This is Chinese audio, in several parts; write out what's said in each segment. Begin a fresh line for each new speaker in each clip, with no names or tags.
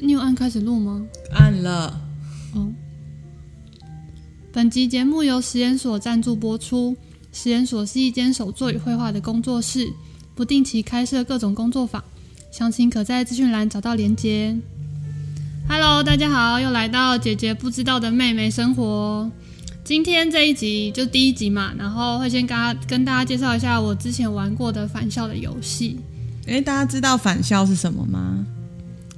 你有按开始录吗？
按了，
哦。本集节目由实验所赞助播出。实验所是一间手作与绘画的工作室，不定期开设各种工作坊，详情可在资讯栏找到连接。Hello，大家好，又来到姐姐不知道的妹妹生活。今天这一集就第一集嘛，然后会先跟大家跟大家介绍一下我之前玩过的返校的游戏。
哎，大家知道返校是什么吗？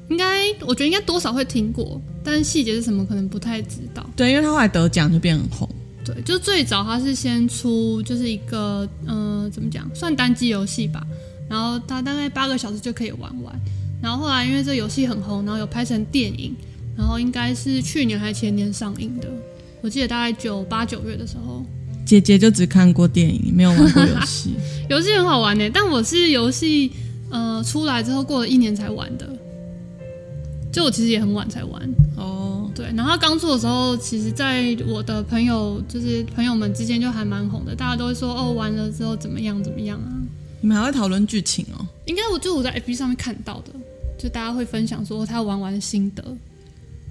应该我觉得应该多少会听过，但细节是什么可能不太知道。
对，因为他后来得奖就变很红。
对，就最早它是先出就是一个嗯、呃怎么讲，算单机游戏吧。然后它大概八个小时就可以玩完。然后后来因为这游戏很红，然后有拍成电影，然后应该是去年还是前年上映的，我记得大概九八九月的时候。
姐姐就只看过电影，没有玩过游 戏。
游戏很好玩呢，但我是游戏呃出来之后过了一年才玩的，就我其实也很晚才玩。
哦，
对，然后它刚出的时候，其实在我的朋友就是朋友们之间就还蛮红的，大家都会说哦，玩了之后怎么样怎么样啊。
你们还会讨论剧情哦？
应该我就我在 FB 上面看到的，就大家会分享说他玩完的心得，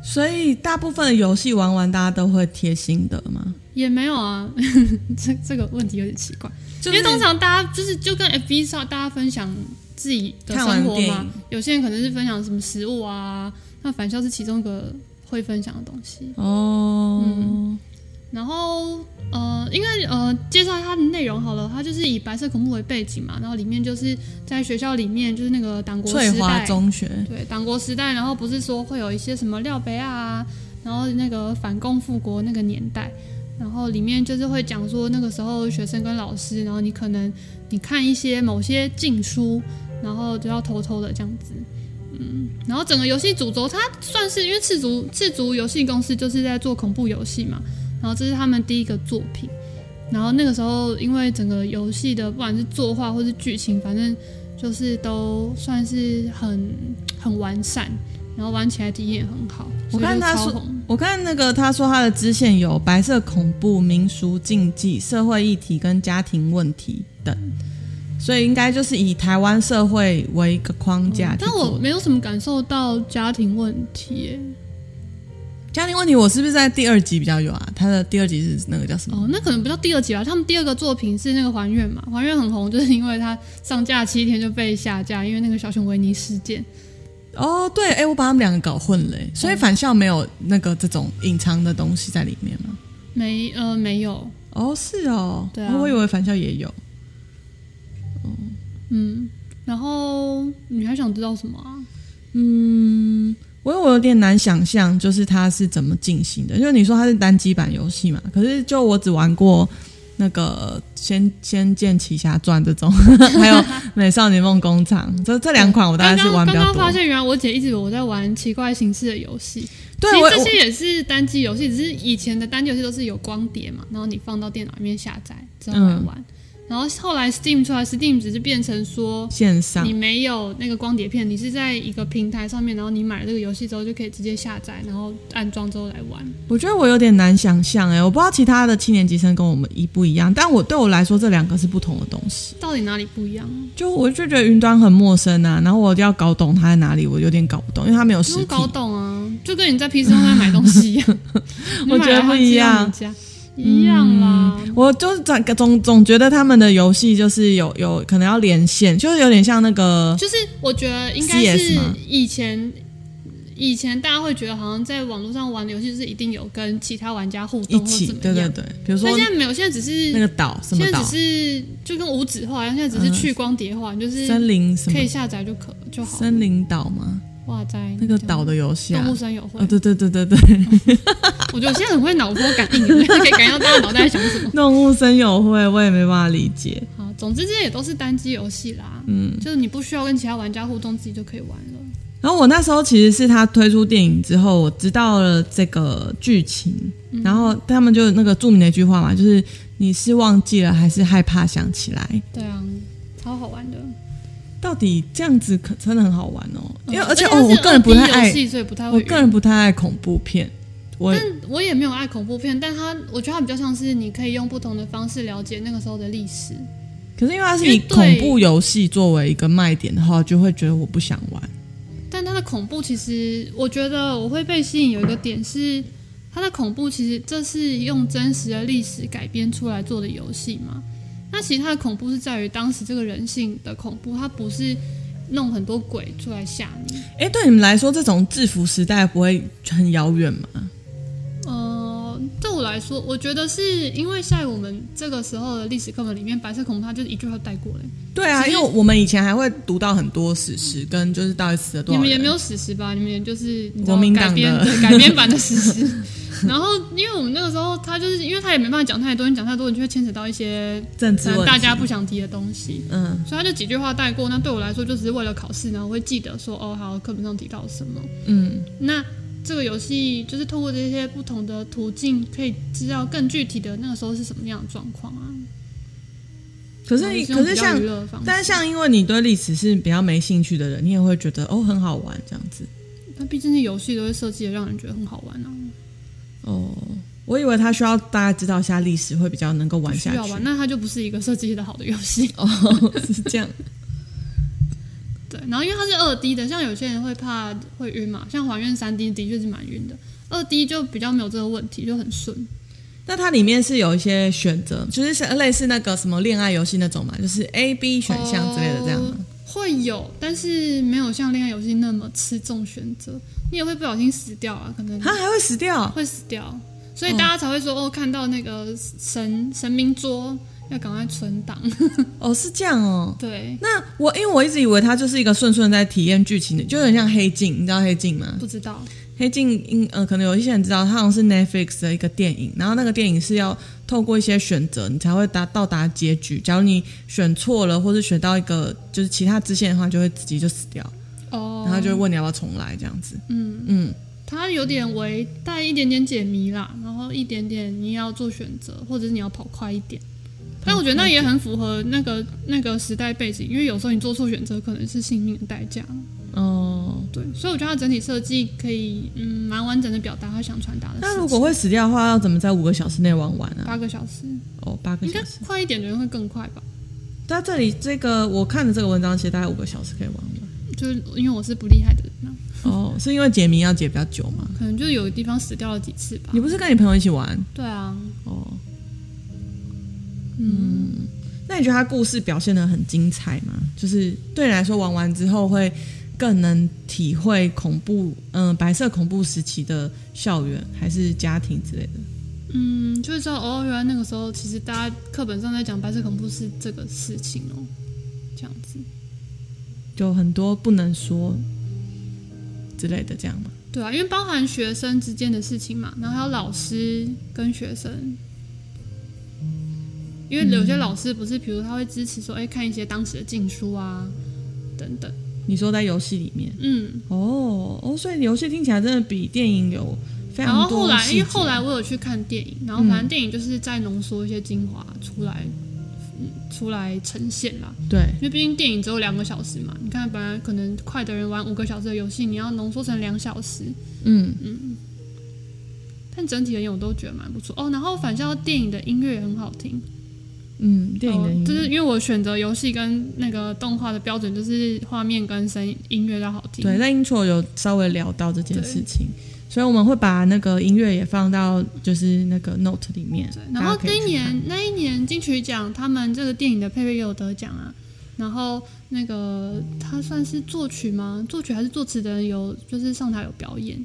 所以大部分的游戏玩完，大家都会贴心得吗？
也没有啊， 这这个问题有点奇怪，
就
因
是
为通常大家就是就跟 FB 上大家分享自己的
看
生
完
活
电
嘛
影，
有些人可能是分享什么食物啊，那返校是其中一个会分享的东西。
哦，
嗯然后呃，应该呃介绍一下它的内容好了，它就是以白色恐怖为背景嘛，然后里面就是在学校里面就是那个党国
翠
时
华
代，
中学
对党国时代，然后不是说会有一些什么廖北亚啊，然后那个反共复国那个年代。然后里面就是会讲说那个时候学生跟老师，然后你可能你看一些某些禁书，然后就要偷偷的这样子，嗯，然后整个游戏主轴它算是因为赤足赤足游戏公司就是在做恐怖游戏嘛，然后这是他们第一个作品，然后那个时候因为整个游戏的不管是作画或是剧情，反正就是都算是很很完善，然后玩起来体验也很好，
我看他
所以就超
说
红
我看那个他说他的支线有白色恐怖、民俗禁忌、社会议题跟家庭问题等，所以应该就是以台湾社会为一个框架去
哦但
哎做、
我没有什么感受到家庭问题耶。
家庭问题，我是不是在第二集比较有啊？他的第二集是那个叫什么？
哦，那可能不叫第二集吧。他们第二个作品是那个《还愿》嘛，《还愿》很红，就是因为它上架七天就被下架，因为那个小熊维尼事件。
哦，对，哎，我把他们两个搞混了，哎所以返校没有那个这种隐藏的东西在里面吗？
没，呃，没有，
哦，是哦，
对啊
哦我以为返校也有。
嗯。然后你还想知道什么啊？
我我有点难想象，就是它是怎么进行的。就是你说它是单机版游戏嘛，可是就我只玩过那个《仙仙剑奇侠传》这种， 还有《美少女梦工厂》这这两款，我大
刚
概是
刚
玩比
刚
较
刚
多
发。现，原来我姐一直以为我在玩奇怪形式的游戏。
对
其，
我
实这
我
些也是单机游戏，只是以前的单机游戏都是有光碟嘛，然后你放到电脑里面下载之后来
嗯
玩。然后后来 Steam 出来，Steam 只是变成说
线上
你没有那个光碟片，你是在一个平台上面，然后你买了这个游戏之后就可以直接下载，然后安装之后来玩。
我觉得我有点难想象哎、我不知道其他的七年级生跟我们一不一样，但我对我来说这两个是不同的东西。
到底哪里不一样？
就我就觉得云端很陌生啊，然后我要搞懂它在哪里，我有点搞不懂，因为它没有
不
实
用
体。
搞懂啊，就跟你在 PC 上面买东西一样，你
我觉得
买来它
不一
寄到
样嗯
你家，一样啦。
我就是总总总觉得他们的游戏就是有有可能要连线，就是有点像那个
就是我觉得应该
CS
是
吗
以前。以前大家会觉得好像在网络上玩的游戏就是一定有跟其他玩家互
一
动或
起，
怎么
对对
样，
对，比如说
但现在没有，现在只是、
那个岛什么嗯
现在
岛
只，是就跟无纸化一样，现在只是去光碟化，就是
森林什
可以
么
下载就可就好。
森林岛吗？
哇塞，
那个岛的游戏啊
动物，森友会，
哦对对对对对，
我觉得我现在很会脑波感应， 可以感应到大家脑袋在想什么。
动物森友会我也没办法理解，
好，总之这些也都是单机游戏啦，
嗯。
就是你不需要跟其他玩家互动，自己就可以玩了。
然后我那时候其实是他推出电影之后，我知道了这个剧情，
嗯
然后他们就那个著名的一句话嘛，就是你是忘记了还是害怕想起来？
对啊，超好玩的。
到底这样子可真的很好玩哦，因为
嗯
而且
它
哦，
是
我个人不太
2D 游
爱，
戏，所以不太会
我
晕。
个人不太爱恐怖片，我
但我也没有爱恐怖片，但它我觉得它比较像是你可以用不同的方式了解那个时候的历史。
可是因为它是
因为
以
对
恐怖游戏作为一个卖点的话，就会觉得我不想玩。
但它的恐怖其实，我觉得我会被吸引有一个点是，它的恐怖其实这是用真实的历史改编出来做的游戏嘛。那其实它的恐怖是在于当时这个人性的恐怖，它不是弄很多鬼出来吓你。
哎，对你们来说，这种制服时代不会很遥远吗？
呃，对我来说，我觉得是因为在我们这个时候的历史课本里面，白色恐怖它就是一句话带过嘞。
对啊，
其
因
实
为我们以前还会读到很多史实，跟就是到底死了多
你
少
们也
人。
没有史实吧？你们也就是你知道
国民党
改编
的
对改编版的史实。然后，因为我们那个时候，他就是因为他也没办法讲太多，你讲太多，你就会牵扯到一些
政治
可能
问
呃大
题，
家不想提的东西，
嗯，
所以他就几句话带过。那对我来说，就只是为了考试，然后会记得说，哦，好，课本上提到什么。
嗯，
那这个游戏就是透过这些不同的途径，可以知道更具体的那个时候是什么样的状况啊。
可是
然后就用
可
比
是
较
像
娱乐的方式，
但是像因为你对历史是比较没兴趣的人，你也会觉得哦很好玩这样子。
它毕竟是游戏，都会设计的让人觉得很好玩啊。
哦，我以为他需要大家知道一下历史，会比较能够玩
需
下
要
去
吧？。那它就不是一个设计的好的游戏。
哦，是这样。
对，然后因为它是二 D 的，像有些人会怕会晕嘛，像还原三 D 的确是蛮晕的，二 D 就比较没有这个问题，就很顺。
那它里面是有一些选择，就是像类似那个什么恋爱游戏那种嘛，就是 A、B 选项之类的这样吗？
哦会有，但是没有像恋爱游戏那么吃重选择，你也会不小心死掉啊，可能
它、还会死掉？
会死掉，所以
嗯
大家才会说哦看到那个神神明桌要赶快存档。
哦，是这样哦。
对，
那我因为我一直以为它就是一个顺顺在体验剧情的，就有点像黑镜，你知道黑镜吗？
不知道，
黑镜，应呃，可能有一些人知道，它好像是 Netflix 的一个电影，然后那个电影是要透过一些选择，你才会达到达结局。假如你选错了，或是选到一个就是其他支线的话，就会自己就死掉，
哦，
然后就会问你要不要重来这样子。
嗯。
嗯，
它有点为带一点点解谜啦，然后一点点你要做选择，或者是你要跑快一点。
嗯
但我觉得那也很符合那个那个时代背景，因为有时候你做错选择可能是性命的代价。
哦、
对，所以我觉得它整体设计可以嗯蛮完整的表达他想传达的事情。
那如果会死掉的话，要怎么在五个小时内玩完啊？
八个小时，
哦，八个
应
小
该
时。
快一点的人会更快吧？
它这里这个我看的这个文章，其实大概五个小时可以玩完。
就是因为我是不厉害的人、啊，
哦，是因为解谜要解比较久吗？
可能就有地方死掉了几次吧
你。不是跟你朋友一起玩？
对啊，
哦，
嗯，
那你觉得他故事表现的很精彩吗？就是对你来说，玩完之后会更能体会恐怖，嗯、白色恐怖时期的校园还是家庭之类的？
嗯，就会知道哦，原来那个时候其实大家课本上在讲白色恐怖是这个事情哦，这样子。
就很多不能说之类的，这样吗？
对啊，因为包含学生之间的事情嘛，然后还有老师跟学生，因为有些老师不是，比如他会支持说，哎，看一些当时的禁书啊，等等。
你说在游戏里面，
嗯，
哦哦，所以游戏听起来真的比电影有非
然后
常
后
多
来，
细
因
节
为后来我有去看电影，然后反正电影就是在浓缩一些精华出来，嗯，出来呈现啦。
对
因为毕竟电影只有两个小时嘛，你看本来可能快的人玩五个小时的游戏，你要浓缩成两小时，
嗯
但整体而言我都觉得蛮不错哦。然后返校电影的音乐也很好听，
嗯，电影的
哦
音乐
就是因为我选择游戏跟那个动画的标准就是画面跟声音音乐要好听，
对，在 intro 有稍微聊到这件事情，所以我们会把那个音乐也放到就是那个 note 里面
对。然后
大家可
那
以
一
去看
年那一年金曲奖他们这个电影的配乐也有得奖啊，然后那个他算是作曲吗？作曲还是作词的人有就是上台有表演。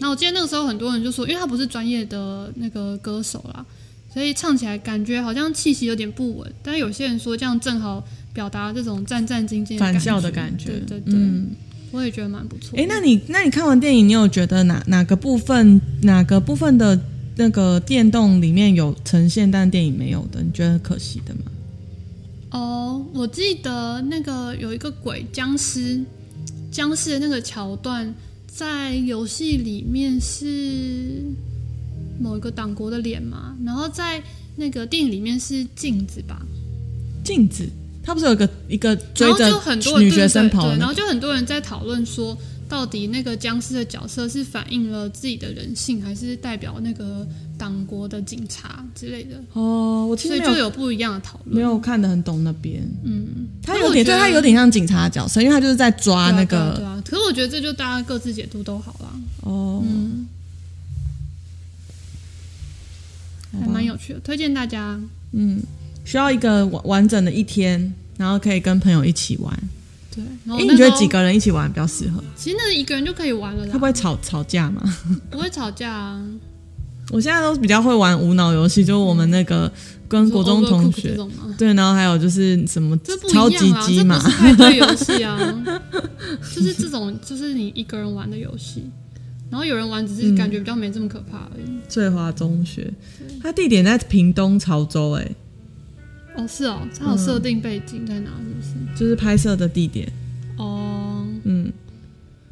那我记得那个时候很多人就说，因为他不是专业的那个歌手啦，所以唱起来感觉好像气息有点不稳。但有些人说这样正好表达这种战战兢兢的
返校的感觉，
对对对，
嗯，
我也觉得蛮不错的。
哎，那你那你看完电影，你有觉得哪哪个部分哪个部分的那个电动里面有呈现，但电影没有的，你觉得很可惜的吗？
哦，我记得那个有一个鬼僵尸，僵尸的那个桥段在游戏里面是某一个党国的脸嘛，然后在那个电影里面是镜子吧，
镜子，它不是有一个一个追
然后
着
就很多人
女学生跑
对对
的
对，
那
然
个
后就很多人在讨论说，到底那个僵尸的角色是反映了自己的人性，还是代表那个党国的警察之类的？
哦，我其
所
实
以
没
就
有
有不一样的讨论。
没有看得很懂那边，
嗯，
他
但
有
我
点
觉
对
得
他有点像警察的角色，因为他就是在抓
对啊
那
对
个
啊对啊。可是我觉得这就大家各自解读都好啦，
哦，
嗯，
好吧
还蛮有趣的，推荐大家。
嗯，需要一个完完整的一天，然后可以跟朋友一起玩。
对，然后
哎，
那
你觉
时
得
候
几？个人一起玩比较适合？
其实那一个人就可以玩了
他
啦
不，会吵吵架吗？
不会吵架啊。
我现在都比较会玩无脑游戏，就是我们那个跟哦国中同
Overcooked 这
学，
种吗？
对，然后还有就是什么
这不
超
一
级
样啊，
鸡嘛
这不，是派对游戏啊， 就是这种，就是你一个人玩的游戏。然后有人玩，只是
嗯
感觉比较没这么可怕而已。
翠华中学，它地点在屏东潮州、欸，哎，
哦，是哦，它有
嗯
设定背景在哪，是不是？
就是拍摄的地点，
哦，
嗯，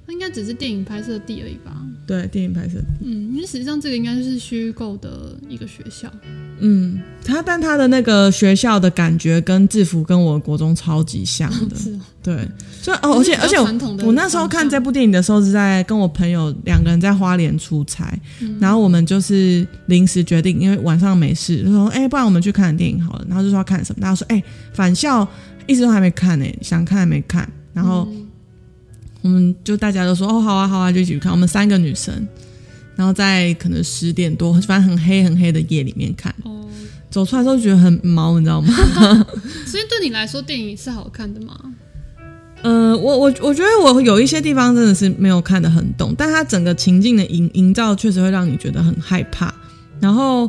那应该只是电影拍摄地而已吧？
对，电影拍摄，
嗯，因为实际上这个应该就是虚构的一个学 校。
嗯，它但它的那个学校的感觉跟制服跟我国中超级像 的，
是哦，
对，所以哦，而且
就是比较
而且我
传统的
我那时候看这部电影的时候是在跟我朋友两个人在花莲出差，
嗯
然后我们就是临时决定，因为晚上没事，就说哎、不然我们去看电影好了。然后就说要看什么，大家说哎、返校一直都还没看呢、想看还没看。然后
嗯
我们就大家都说哦好啊好啊，就一起去看。我们三个女生，然后在可能十点多，反正很黑很黑的夜里面看，
哦，
走出来之后觉得很毛，你知道吗？
所以对你来说，电影是好看的吗？
呃，我我我觉得我有一些地方真的是没有看得很懂，但它整个情境的营营造确实会让你觉得很害怕。然后，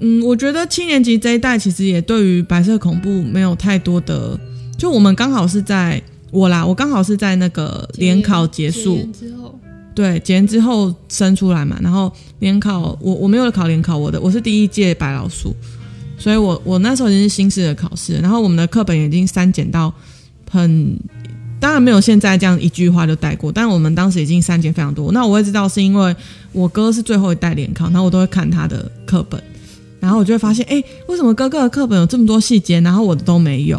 嗯，我觉得七年级这一代其实也对于白色恐怖没有太多的，就我们刚好是在我啦，我刚好是在那个联考结
解
束，
严之后，
对，结完之后生出来嘛，然后联考，我我没有考联考，我的我是第一届白老鼠，所以我我那时候已经是新式的考试了，然后我们的课本已经删减到很，当然没有现在这样一句话就带过，但我们当时已经删减非常多。那我会知道是因为我哥是最后一代联考，然后我都会看他的课本，然后我就会发现，哎，为什么哥哥的课本有这么多细节，然后我的都没有？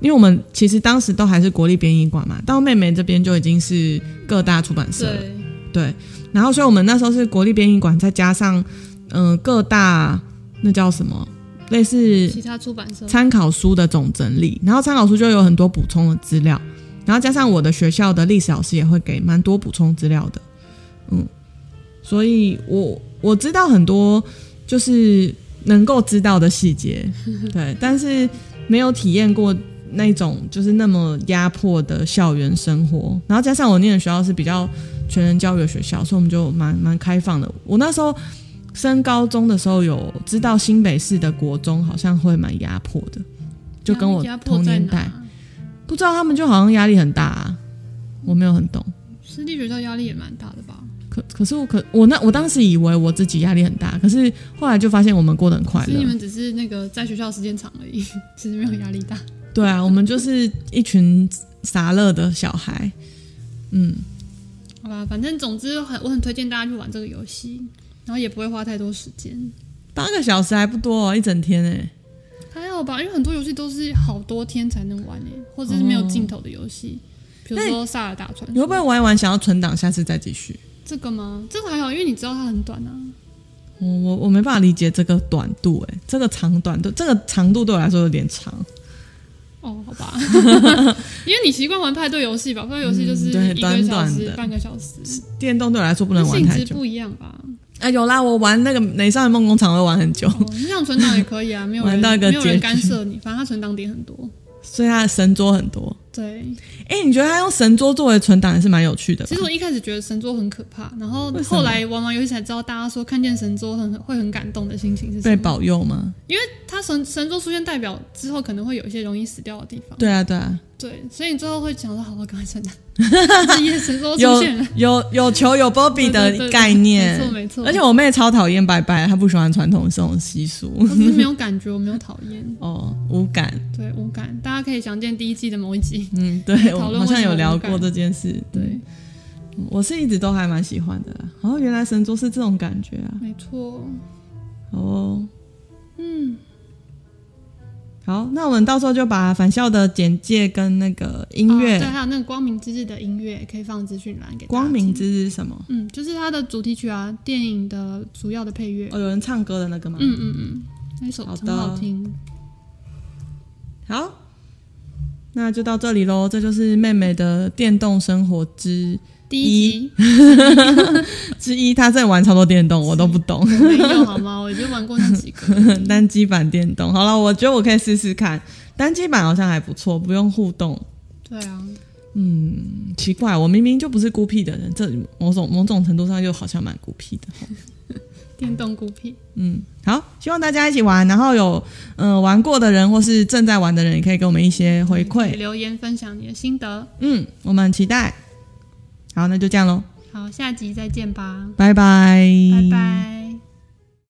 因为我们其实当时都还是国立编译馆嘛，到妹妹这边就已经是各大出版社了。
对，
对，然后所以我们那时候是国立编译馆，再加上嗯、呃各大那叫什么类似
其他出版社
参考书的总整理，然后参考书就有很多补充的资料，然后加上我的学校的历史老师也会给蛮多补充资料的，嗯，所以我我知道很多就是能够知道的细节，对，但是没有体验过那种就是那么压迫的校园生活，然后加上我念的学校是比较全人教育的学校，所以我们就蛮蛮开放的，我那时候。升高中的时候有知道新北市的国中好像会蛮压迫的，就跟我
压迫
同
在
年
哪
代，不知道他们就好像压力很大、啊，我没有很懂。
私立学校压力也蛮大的吧？
可可是我可我那我当时以为我自己压力很大，可是后来就发现我们过得很快
所以你
乐。
们只是那个在学校时间长而已， 其实没有压力大。
对啊，我们就是一群傻乐的小孩。嗯，
好吧，反正总之很我很推荐大家去玩这个游戏，然后也不会花太多时间。
八个小时还不多、哦，一整天哎、
还好吧，因为很多游戏都是好多天才能玩诶、或者是没有尽头的游戏，比如说《萨尔达传
哦你会
说
不》会玩一玩想要存档，下次再继续？
这个吗？这个还好，因为你知道它很短啊。
我我我没办法理解这个短度哎、这个长短度，这个长度对我来说有点长。
哦，好吧， 因为你习惯玩派对游戏吧？派对游戏就是
嗯对
一个
短
小
短
时、
的
半个小时，
电动对我来说不能玩
性
太
质
久。
不一样吧？
啊，有啦，我玩那个《美少女梦工厂》会玩很久，
哦，你想存档也可以啊，没有人
玩到一个
没有
结
人
局
干涉你，反正它存档点很多。
所以它的神桌很多。
对，
哎、你觉得他用神桌作为存档也是蛮有趣的吧？
其实我一开始觉得神作很可怕，然后
为什么
后来玩完游戏才知道，大家说看见神作很会很感动的心情是什
被
么。
保佑吗？
因为它神神作出现，代表之后可能会有一些容易死掉的地方。
对啊，对啊，
对，所以你最后会想说，好，我赶快存 档。这夜神作出
有
现了，
有有球有波比
对对对
的
对
概念，
没错没错。
而且我妹超讨厌拜拜，她不喜欢传统这种习俗
我，只是没有感觉，我没有讨厌，
哦，无感。
对，无感。大家可以详见第一季的某一 集。
嗯，对，
讨论
我好像有聊过
为什么无感
这件事。
对，
嗯，我是一直都还蛮喜欢的啦。哦，原来神桌是这种感觉啊。
没错。
哦，嗯，好，那我们到时候就把返校的简介跟那个音乐、
哦对，还有那个光明之日的音乐也可以放资讯栏给大家
光
听
明之日》什么？
嗯，就是它的主题曲啊，电影的主要的配乐。
哦，有人唱歌的那个吗？
嗯嗯嗯，那首
好
很
的
好听。
好，那就到这里喽。这就是妹妹的电动生活之
第一集
之一，她在玩超多电动，我都不懂
我没有好 吗？我就玩过那几个。
单机版电动。好了，我觉得我可以试试看，单机版好像还不错，不用互动。
对啊，
嗯奇怪，我明明就不是孤僻的人，这某种某种程度上又好像蛮孤僻的。
电动孤僻。
嗯，好，希望大家一起玩，然后有嗯、呃玩过的人或是正在玩的人，也可以给我们一些回馈。
留言分享你的心得。
嗯，我们很期待。好，那就这样喽，
好，下集再见吧，
拜拜，
拜拜。